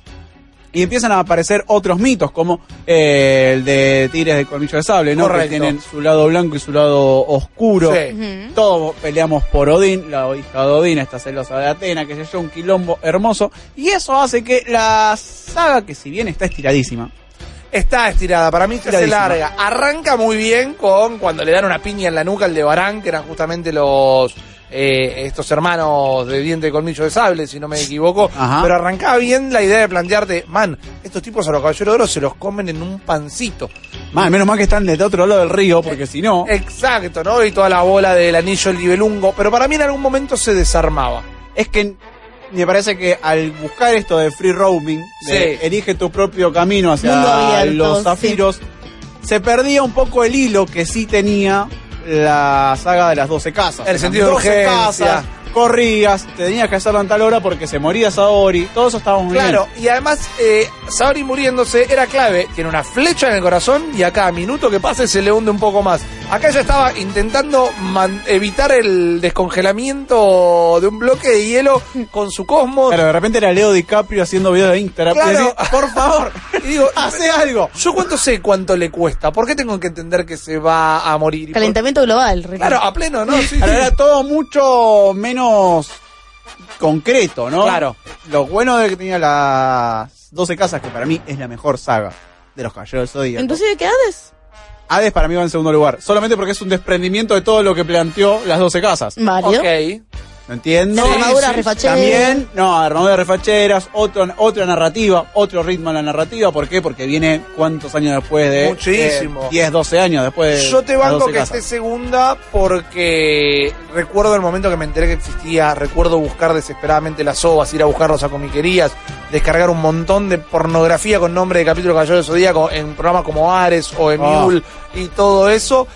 B: y empiezan a aparecer otros mitos, como eh, el de Tigres de Colmillo de Sable, ¿no?
A: Correcto.
B: Que tienen su lado blanco y su lado oscuro.
A: Sí.
C: Ujú.
B: Todos peleamos por Odín, la hija de Odín está celosa de Atena, que se yo, un quilombo hermoso. Y eso hace que la saga, que si bien está estiradísima,
A: Está estirada, para mí se hace
B: Estiradísima.
A: larga. Arranca muy bien con cuando le dan una piña en la nuca al de Barán, que eran justamente los eh, estos hermanos de diente y colmillo de sable, si no me equivoco.
B: Ajá.
A: Pero arrancaba bien la idea de plantearte, man, estos tipos a los caballeros de oro se los comen en un pancito.
B: más, menos mal que están del otro lado del río, porque si no,
A: Exacto, ¿no? Y toda la bola del anillo, el libelungo. Pero para mí en algún momento se desarmaba.
B: es que me parece que al buscar esto de free roaming, de
A: Sí.
B: elige tu propio camino
C: Mundo
B: hacia
C: abierto,
B: los
C: sí.
B: zafiros, se perdía un poco el hilo que sí tenía la saga de las 12 casas.
A: El
B: Eran
A: sentido de
B: 12
A: urgencia.
B: casas, corrías, tenías que hacerlo en tal hora porque se moría Saori, todo eso estaba muy bien.
A: Claro, y además eh, Saori muriéndose era clave. Tiene una flecha en el corazón y a cada minuto que pase se le hunde un poco más. Acá ella estaba intentando man- evitar el descongelamiento de un bloque de hielo con su cosmos.
B: Claro, de repente era Leo DiCaprio haciendo videos de Instagram.
A: Claro.
B: Y decía, por favor,
A: *laughs* Y digo,
B: hace algo.
A: yo cuánto sé cuánto le cuesta. ¿Por qué tengo que entender que se va a morir? Y por-
C: Calentamiento global, Ricky.
A: Claro, a pleno, ¿no? Sí,
B: Claro,
A: sí.
B: era todo mucho menos concreto, ¿no?
A: Claro.
B: Lo bueno de que tenía las 12 casas, que para mí es la mejor saga de los Caballeros del Zodíaco.
C: Inclusive, ¿qué haces?
B: Hades para mí va en segundo lugar, solamente porque es un desprendimiento de todo lo que planteó las 12 casas.
C: Mario.
A: Ok.
B: ¿Me entiendo?
C: Las armaduras refacheras.
B: También, no, armaduras refacheras, otro, otra narrativa, otro ritmo en la narrativa. ¿Por qué? Porque viene cuántos años después de...
A: Muchísimo.
B: eh, 10, 12 años después de...
A: Yo te
B: las
A: banco
B: 12
A: que
B: casas.
A: esté segunda porque recuerdo el momento que me enteré que existía, recuerdo buscar desesperadamente las ovas, ir a buscarlos a comiquerías, descargar un montón de pornografía con nombre de capítulo de Caballero del Zodíaco en programas como Ares o
B: Ah.
A: Emiul y todo eso.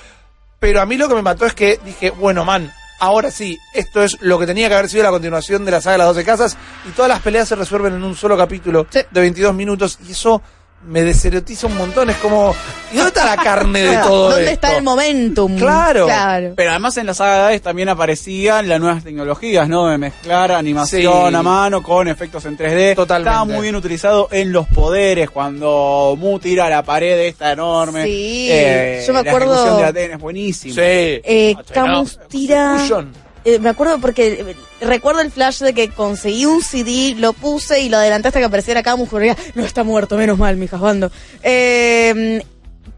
A: Pero a mí lo que me mató es que dije, bueno, man, ahora sí, esto es lo que tenía que haber sido la continuación de la saga de las 12 casas y todas las peleas se resuelven en un solo capítulo de 22 minutos y eso me deserotiza un montón. Es como, ¿y dónde está la carne de
C: *laughs* Claro,
A: todo
C: ¿Dónde
A: esto?
C: está el momentum?
A: Claro.
C: Claro.
B: Pero además en la saga de Hades también aparecían las nuevas tecnologías, ¿no? De mezclar animación
A: Sí.
B: a mano con efectos en 3D.
A: Totalmente.
B: Estaba muy bien utilizado en los poderes, cuando Mu tira a la pared esta enorme. eh,
C: Sí, yo me
B: La
C: acuerdo-
B: ejecución de Atena es buenísima.
A: Sí.
C: Eh,
A: Ah, che,
C: Camus
A: no.
C: tira.
A: Fusion.
C: Eh, me acuerdo porque eh, recuerdo el flash de que conseguí un CD, lo puse y lo adelanté hasta que apareciera Camus. Pero ya, no está muerto, menos mal, mi jazbando. Eh,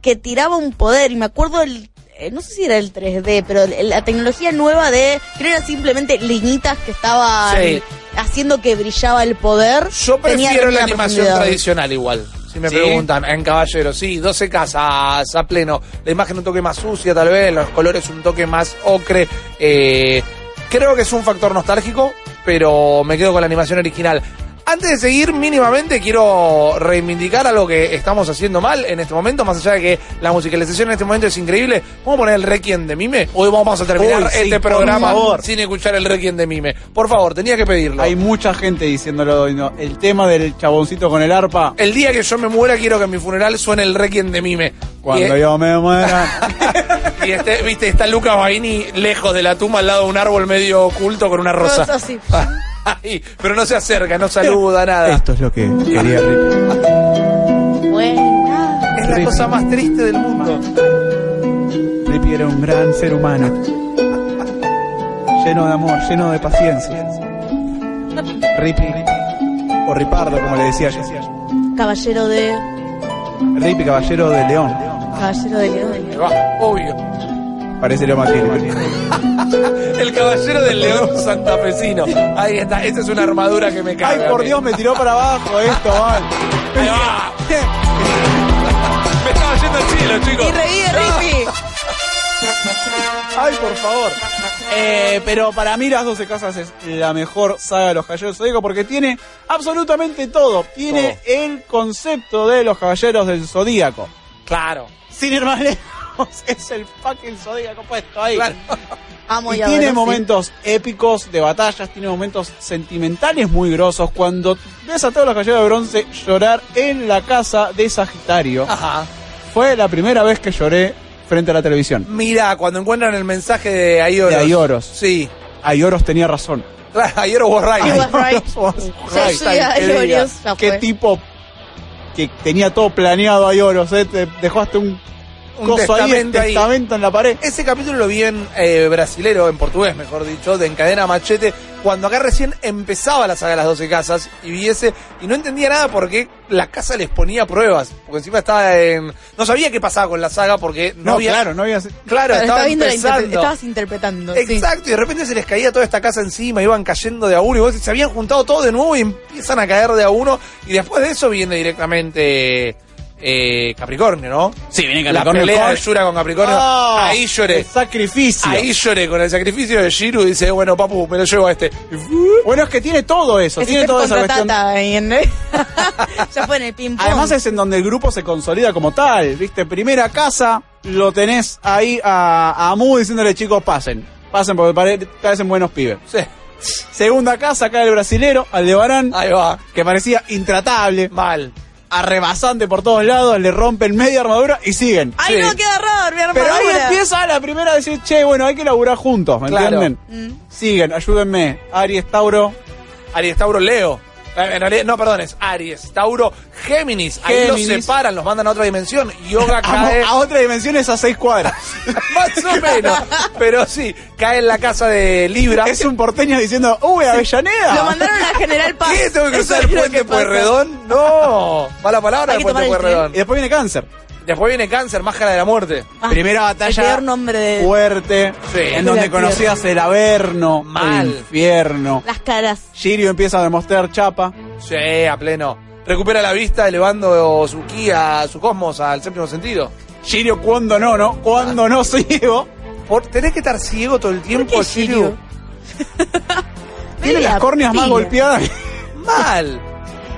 C: que tiraba un poder y me acuerdo el. eh, No sé si era el 3D, pero el- la tecnología nueva de. Creo era simplemente liñitas que estaban
A: Sí.
C: haciendo que brillaba el poder.
A: Yo prefiero
C: Tenía
A: la
C: tremenda
A: animación
C: profundidad.
A: tradicional igual. Si me
B: ¿Sí?
A: preguntan, en Caballero, sí, 12 casas a pleno. La imagen un toque más sucia, tal vez, los colores un toque más ocre. Eh, creo que es un factor nostálgico, pero me quedo con la animación original. Antes de seguir, mínimamente quiero reivindicar algo que estamos haciendo mal en este momento, más allá de que la musicalización en este momento es increíble. Vamos a poner el Requiem de Mime. Hoy vamos a terminar
B: Uy, sí,
A: este
B: por
A: programa
B: favor.
A: sin escuchar el Requiem de Mime. Por favor, tenía que pedirlo.
B: Hay mucha gente diciéndolo. hoy, ¿no? El tema del chaboncito con el arpa.
A: El día que yo me muera quiero que en mi funeral suene el requiem de Mime.
B: Cuando
A: y,
B: yo me muera.
A: y este, viste, está Luca Baini lejos de la tumba al lado de un árbol medio oculto con una rosa. Ah.
C: Rosa, sí.
A: *laughs* Ay, pero no se acerca, no saluda, nada.
B: *laughs* Esto es lo que quería.
C: Buena.
A: Es la cosa más triste del mundo.
B: Rippy era un gran ser humano. Lleno de amor, lleno de paciencia. Rippy, o Ripardo, como le decía yo.
C: Caballero de.
B: Rippy, caballero de León.
C: Caballero de
A: Me
C: León.
A: va, obvio.
B: Parece Leo Martínez.
A: El caballero del león santafesino. Ahí está, esa es una armadura que me cae.
B: Ay, por Dios, me tiró para abajo esto, mal.
A: Ahí va. *laughs* Me estaba yendo el chilo, chicos.
C: Y revive Ricky.
B: Ay, por favor. Eh, pero para mí las 12 casas es la mejor saga de los Caballeros del Zodíaco porque tiene absolutamente todo. Tiene el concepto de los Caballeros del Zodíaco.
A: Claro.
B: Sin hermano *laughs* es el fucking Zodíaco puesto ahí.
A: Claro.
C: Amo
B: Y
C: y
B: tiene
C: adoro, sí.
B: momentos épicos de batallas, tiene momentos sentimentales muy grosos. Cuando ves a todos los caballeros de bronce llorar en la casa de Sagitario,
A: Ajá.
B: fue la primera vez que lloré frente a la televisión.
A: Mira, cuando encuentran el mensaje de Aioros.
B: De Aioros.
A: Sí.
B: Ayoros tenía razón.
A: Claro, Aioros was right.
C: Ay, was right.
B: Aioros was
C: Sí,
B: right.
C: sí,
B: Tal que
C: Aioros,
B: diga.
C: ya
B: Qué
C: fue.
B: tipo que tenía todo planeado Ayoros, ¿eh? Te dejaste un,
A: Un
B: coso ahí,
A: testamento ahí.
B: testamento en la pared.
A: Ese capítulo lo vi en eh, brasilero, en portugués mejor dicho, de Encadena Machete, cuando acá recién empezaba la saga de las 12 casas y vi ese, y no entendía nada porque la casa les ponía pruebas, porque encima estaba en... No sabía qué pasaba con la saga porque no,
B: No,
A: había...
B: claro, no había...
A: Claro,
C: Claro,
A: estaba
C: estaba viendo la interpre-
A: empezando.
C: estabas interpretando. sí.
A: Exacto, y de repente se les caía toda esta casa encima, iban cayendo de a uno, y vos decís, se habían juntado todos de nuevo y empiezan a caer de a uno, y después de eso viene directamente eh, Capricornio, ¿no?
D: Sí, viene
A: La
D: Capricornio
A: pelea
D: con-
A: de Shura con Capricornio,
B: Ah,
A: ahí lloré.
B: el Sacrificio.
A: Ahí lloré con el sacrificio de Shiru y dice, bueno, papu, me lo llevo a este.
B: Bueno, es que tiene todo eso,
C: Es
B: tiene
C: Step
B: toda esa
C: contra
B: cuestión.
C: Tata ahí en- *laughs* ya fue en el ping pong.
B: Además es en donde el grupo se consolida como tal, ¿viste? Primera casa, lo tenés ahí a, a Mu diciéndole, chicos, pasen. Pasen porque pare- parecen buenos pibes.
A: Sí,
B: Segunda casa, acá el brasilero, Aldebarán,
A: ahí va.
B: que parecía intratable,
A: Mal.
B: arrebasante por todos lados, le rompen media armadura y siguen.
C: ¡Ay,
A: sí.
C: no, qué horror! Mi
B: Pero ahí
C: armadura.
B: empieza la primera a decir, che, bueno, hay que laburar juntos, ¿me
A: Claro.
B: entienden?
C: Mm.
B: Siguen, ayúdenme. Aries, Tauro,
A: Aries Tauro Leo. Eh, en realidad- no, perdón, es Aries, Tauro, Géminis. Ahí los
B: Géminis.
A: separan, los mandan a otra dimensión.
B: *laughs*
A: Yoga
B: a,
A: cae.
B: a otra dimensión es a seis cuadras.
A: *laughs* Más o menos. Pero sí, cae en la casa de Libra.
B: es un porteño diciendo, uy, Avellaneda.
C: Lo mandaron a General Paz.
A: ¿Qué? ¿Tengo que
C: Eso
A: cruzar
C: es
A: el
C: lo
A: puente
C: que pasa.
A: Pueyrredón? No. Mala palabra
C: Hay
A: el
C: que
A: puente
C: tomar el
A: Pueyrredón.
B: Y después viene cáncer.
A: Después viene Cáncer, Máscara de la Muerte.
C: Ah,
B: Primera batalla
C: El peor nombre de...
B: fuerte,
A: Sí.
B: en
C: Eh. De
B: donde
C: la
B: conocías el Averno,
A: Mal.
B: el infierno.
C: Las caras.
B: Girio empieza a demostrar chapa.
A: Sí, a pleno. Recupera la vista elevando su ki a su cosmos al séptimo sentido.
B: Girio cuando no, ¿no? Cuando no ciego.
A: Por, tenés que estar ciego todo el tiempo,
C: qué
A: Shiryu. *laughs*
C: Shiryu?
B: Tiene
C: Media
B: las córneas más
C: pila.
B: golpeadas.
A: Mal.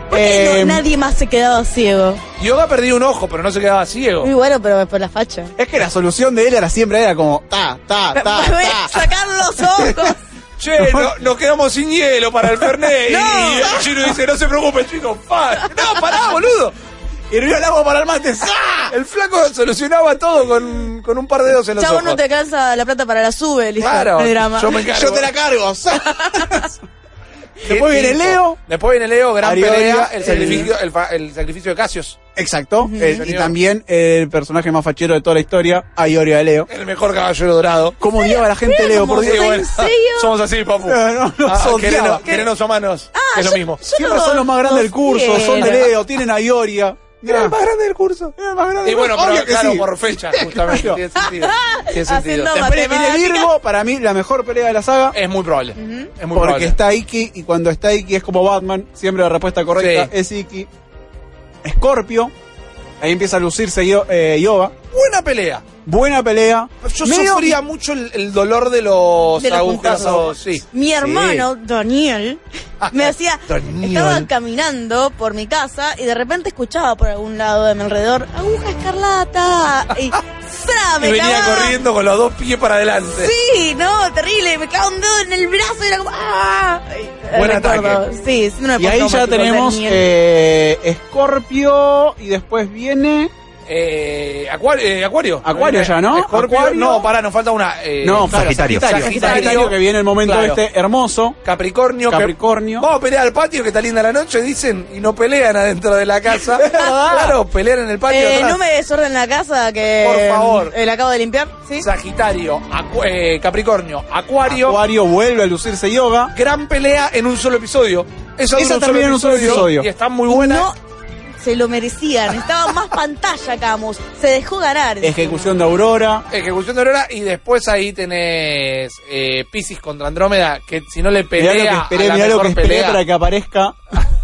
C: ¿Por qué no-
B: Eh,
C: nadie más se quedaba ciego.
A: Yoga perdió un ojo, pero no se quedaba ciego.
C: Muy bueno, pero por la facha.
B: es que la solución de él era siempre era como ta,
C: *laughs*
B: ta, ta,
C: Voy
B: ta.
C: a sacar los ojos.
A: Che, no- nos quedamos sin hielo para
C: *laughs*
A: el Fernet. Y-
C: No.
A: Y, el Shiryu dice, no se preocupen, chicos. pa". No, pará, boludo.
B: Hirvió el agua para el mate. ¡sa!
A: El flaco solucionaba todo con, con un par de dedos en los
C: Chavo,
A: ojos.
C: no te alcanza la plata para la sube, listo.
A: Claro,
C: No hay drama.
A: yo me encargo.
B: Yo te la cargo. ¡sa!
A: Qué
B: Después viene
A: tipo.
B: Leo.
A: Después viene Leo, gran
B: Ariolia,
C: eh.
A: pelea, el
B: el-
A: sacrificio, el, fa- el sacrificio de Casios.
B: Exacto. Eh, y
A: Señor.
B: también el personaje más fachero de toda la historia, Ayoria de Leo.
A: El mejor caballero dorado.
B: ¿Cómo odiaba a la gente Leo, por
C: como
B: Dios?
C: ¿En serio?
A: *laughs* Somos así, papu.
B: No, no, no,
A: Ah,
B: odiaba.
A: querenos, querenos humanos.
C: Ah,
A: es lo
C: yo-
A: mismo.
C: yo
B: Siempre
C: no
B: son los más grandes del
C: los
B: curso, son de
C: quiero.
B: Leo, tienen a Ioria.
A: Era el más grande del curso.
B: Era el más grande
A: Y
B: del
A: bueno,
B: curso,
A: pero
B: obvio que
A: claro,
B: sí.
A: por fecha, justamente.
B: Claro.
A: Tiene
C: *laughs*
A: sentido. Tiene
C: Hacen
A: sentido.
C: dos
B: Después viene
C: Matemática.
B: Virgo, para mí la mejor pelea de la saga.
A: Es muy probable. Es muy
B: porque
A: probable.
B: está Iki y cuando está Iki es como Batman, siempre la respuesta correcta
A: Sí.
B: es Iki. Scorpio, ahí empieza a lucirse Yo- eh, Yoba.
A: Buena pelea.
B: Buena pelea.
A: Yo
B: Medio-
A: sufría mucho el, el dolor de los
C: De los
A: agujeros.
C: puntazos.
A: Sí.
C: Mi
A: *laughs*
C: hermano, Daniel, me hacía.
A: Daniel.
C: Estaba caminando por mi casa y de repente escuchaba por algún lado de mi alrededor aguja escarlata.
A: *laughs*
C: Y ¡zra!
A: Y
C: Me
A: venía
C: clavaba.
A: corriendo con los dos pies para adelante.
C: Sí, no, terrible. Me clavaba un dedo en el brazo y era como. ¡Ah! Y-
A: Buen
C: recuerdo,
A: ataque.
C: Sí,
A: *laughs*
C: síndrome
B: Y ahí ya
C: postraumático,
B: tenemos
C: Daniel.
B: eh, Scorpio y después viene...
A: Eh, acuario, eh, acuario.
B: Acuario ya, ¿no?
A: Scorpio,
B: Acuario.
A: No, pará, nos falta una. eh,
B: no,
A: claro,
D: Sagitario.
B: Sagitario. Sagitario, que viene el momento
A: Claro.
B: este hermoso.
A: Capricornio. que-
B: Capricornio.
A: Vamos a pelear al patio, que está linda la noche, dicen, y no pelean adentro de la
B: *laughs*
A: casa. claro, pelean en el patio.
C: Eh,
A: atrás.
C: no me desorden la casa que.
A: Por favor.
C: eh, la acabo de limpiar, ¿sí?
A: Sagitario, acu- eh, Capricornio, acuario,
B: Acuario vuelve a lucirse yoga.
A: Gran pelea en un solo episodio. Esa, dura
B: Esa también en un solo episodio.
A: Y está muy buena.
C: No se lo merecían. Estaba más pantalla, Camus. Se dejó ganar.
B: Ejecución de Aurora.
A: Ejecución de Aurora y después ahí tenés eh, Pisces contra Andrómeda, que si no le pelea
B: Mirá lo que
A: a
B: esperé,
A: la
B: mirá lo
A: mejor
B: que esperé
A: pelea.
B: para
A: *laughs*
B: que aparezca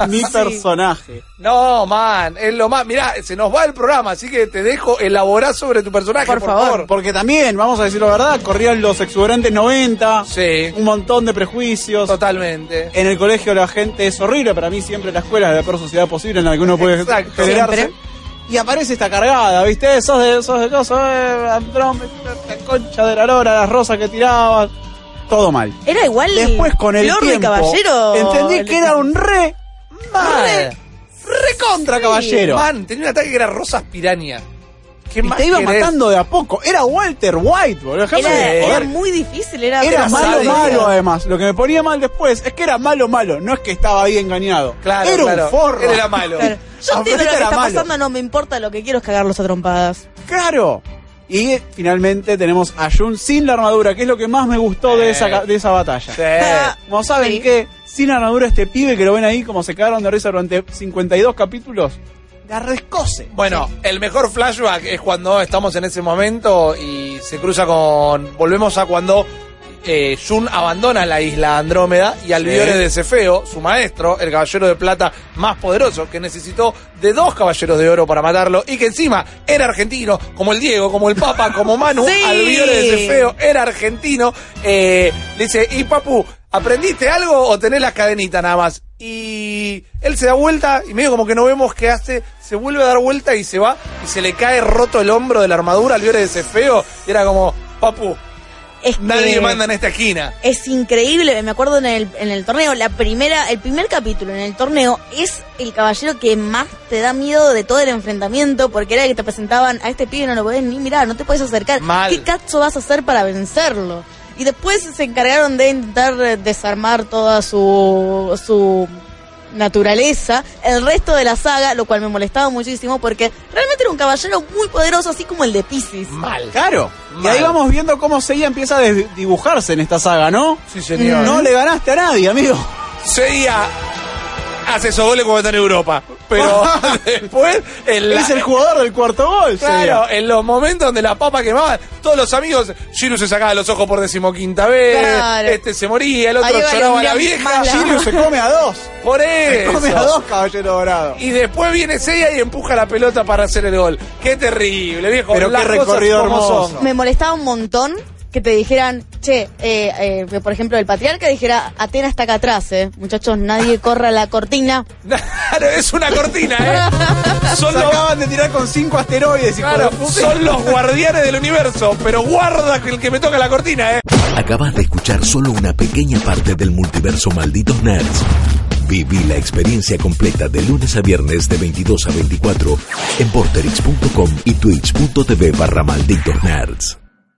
B: mi personaje.
A: No, man, es lo más. Mirá, se nos va el programa, así que te dejo elaborar sobre tu personaje, por,
C: Por favor.
B: Porque también, vamos a decir la verdad, corrían los exuberantes 90,
A: Sí,
B: un montón de prejuicios.
A: totalmente.
B: En el colegio la gente es horrible, para mí siempre la escuela es la peor sociedad posible en la que uno puede
A: Exacto.
B: generarse.
C: Siempre.
B: y aparece esta cargada, ¿viste? Sos de, sos de cosas, eh, Andrón, la concha de la lora, las rosas que tirabas, todo mal.
C: Era igual.
B: Después con el
C: Flor de
B: tiempo,
C: caballero.
B: entendí
C: el-
B: que era un re mal,
A: Re-
B: re contra caballero.
A: Man, tenía un ataque que era Rosas Piranha. ¿Qué
B: Y
A: más
B: te iba
A: querés?
B: matando de a poco. Era Walter White, boludo. dejame
C: Era,
B: de
C: era
B: joder.
C: muy difícil, era.
B: Era
C: pero
B: malo,
A: sádico.
B: malo eh. además. Lo que me ponía mal después es que era malo, malo. No es que estaba ahí engañado.
A: Claro,
B: era
A: claro.
B: un forro.
A: Él era malo.
C: Claro. Yo
B: Afrodita
C: entiendo lo que
B: era
C: está
B: malo.
C: pasando, no me importa, lo que quiero es cagarlos a trompadas.
B: Claro. Y finalmente tenemos a Jun sin la armadura, que es lo que más me gustó de,
A: Eh.
B: esa, ca- de esa batalla.
A: Sí.
B: Como saben
C: Sí.
B: que sin armadura este pibe que lo ven ahí como se cagaron de risa durante 52 capítulos, la rescose.
A: Bueno, el mejor flashback es cuando estamos en ese momento y se cruza con. Volvemos a cuando eh, Jun abandona la isla Andrómeda y Albiores de Cefeo, su maestro, el caballero de plata más poderoso, que necesitó de dos caballeros de oro para matarlo y que encima era argentino, como el Diego, como el Papa,
B: *laughs*
A: como Manu.
C: Sí.
A: Albiores de Cefeo era argentino. eh, le dice, y Papu, ¿aprendiste algo o tenés las cadenitas nada más? Y él se da vuelta y medio como que no vemos qué hace, se vuelve a dar vuelta y se va y se le cae roto el hombro de la armadura al Albiores de Cefeo. Y era como, Papu,
C: Es que-
A: nadie manda en esta esquina.
C: Es increíble, me acuerdo en el, en el torneo, la primera, el primer capítulo en el torneo es el caballero que más te da miedo de todo el enfrentamiento, porque era el que te presentaban a este pibe no lo podés ni mirar, no te podés acercar.
A: Mal.
C: ¿Qué cacho vas a hacer para vencerlo? Y después se encargaron de intentar eh, desarmar toda su, su naturaleza, el resto de la saga, lo cual me molestaba muchísimo porque realmente era un caballero muy poderoso, así como el de Pisces.
A: Mal.
B: Claro. Y
A: Mal.
B: ahí vamos viendo cómo Seiya empieza a des- dibujarse en esta saga, ¿no?
A: Sí, señor.
B: No le ganaste a nadie, amigo.
A: Sería hace esos goles cuando está en Europa.
B: *laughs*
A: Pero *laughs* después, en la-
B: Es el jugador del cuarto gol, Seiya.
A: Claro, en los momentos donde la papa quemaba, todos los amigos, Giru se sacaba los ojos por decimoquinta vez,
C: Claro.
A: este se moría, el otro
C: Ahí va,
A: lloraba a la
C: la
A: vieja,
C: mala.
A: Giru-
B: Sirius se come a dos.
A: por
B: Se come a
A: eso.
B: dos, caballero dorado.
A: Y después viene Seiya y empuja la pelota para hacer el gol. Qué terrible, viejo.
B: Pero
A: las
B: qué
A: cosas
B: recorrido
A: como
B: hermoso.
A: son.
C: me molestaba un montón que te dijeran, che, eh, eh, que por ejemplo, el patriarca dijera, Atena está acá atrás, eh. Muchachos, nadie corra la cortina.
A: *laughs* Claro, es una cortina,
B: *laughs*
A: ¿eh?
B: Se
A: Son los,
B: acaban de tirar con cinco asteroides. hijo
A: claro,
B: de puta.
A: son los guardianes del universo, pero guarda que el que me toca la cortina, ¿eh?
D: Acabas de escuchar solo una pequeña parte del multiverso Malditos Nerds. Viví la experiencia completa de lunes a viernes de 22 a 24 en porterix.com y twitch.tv barra Malditos Nerds.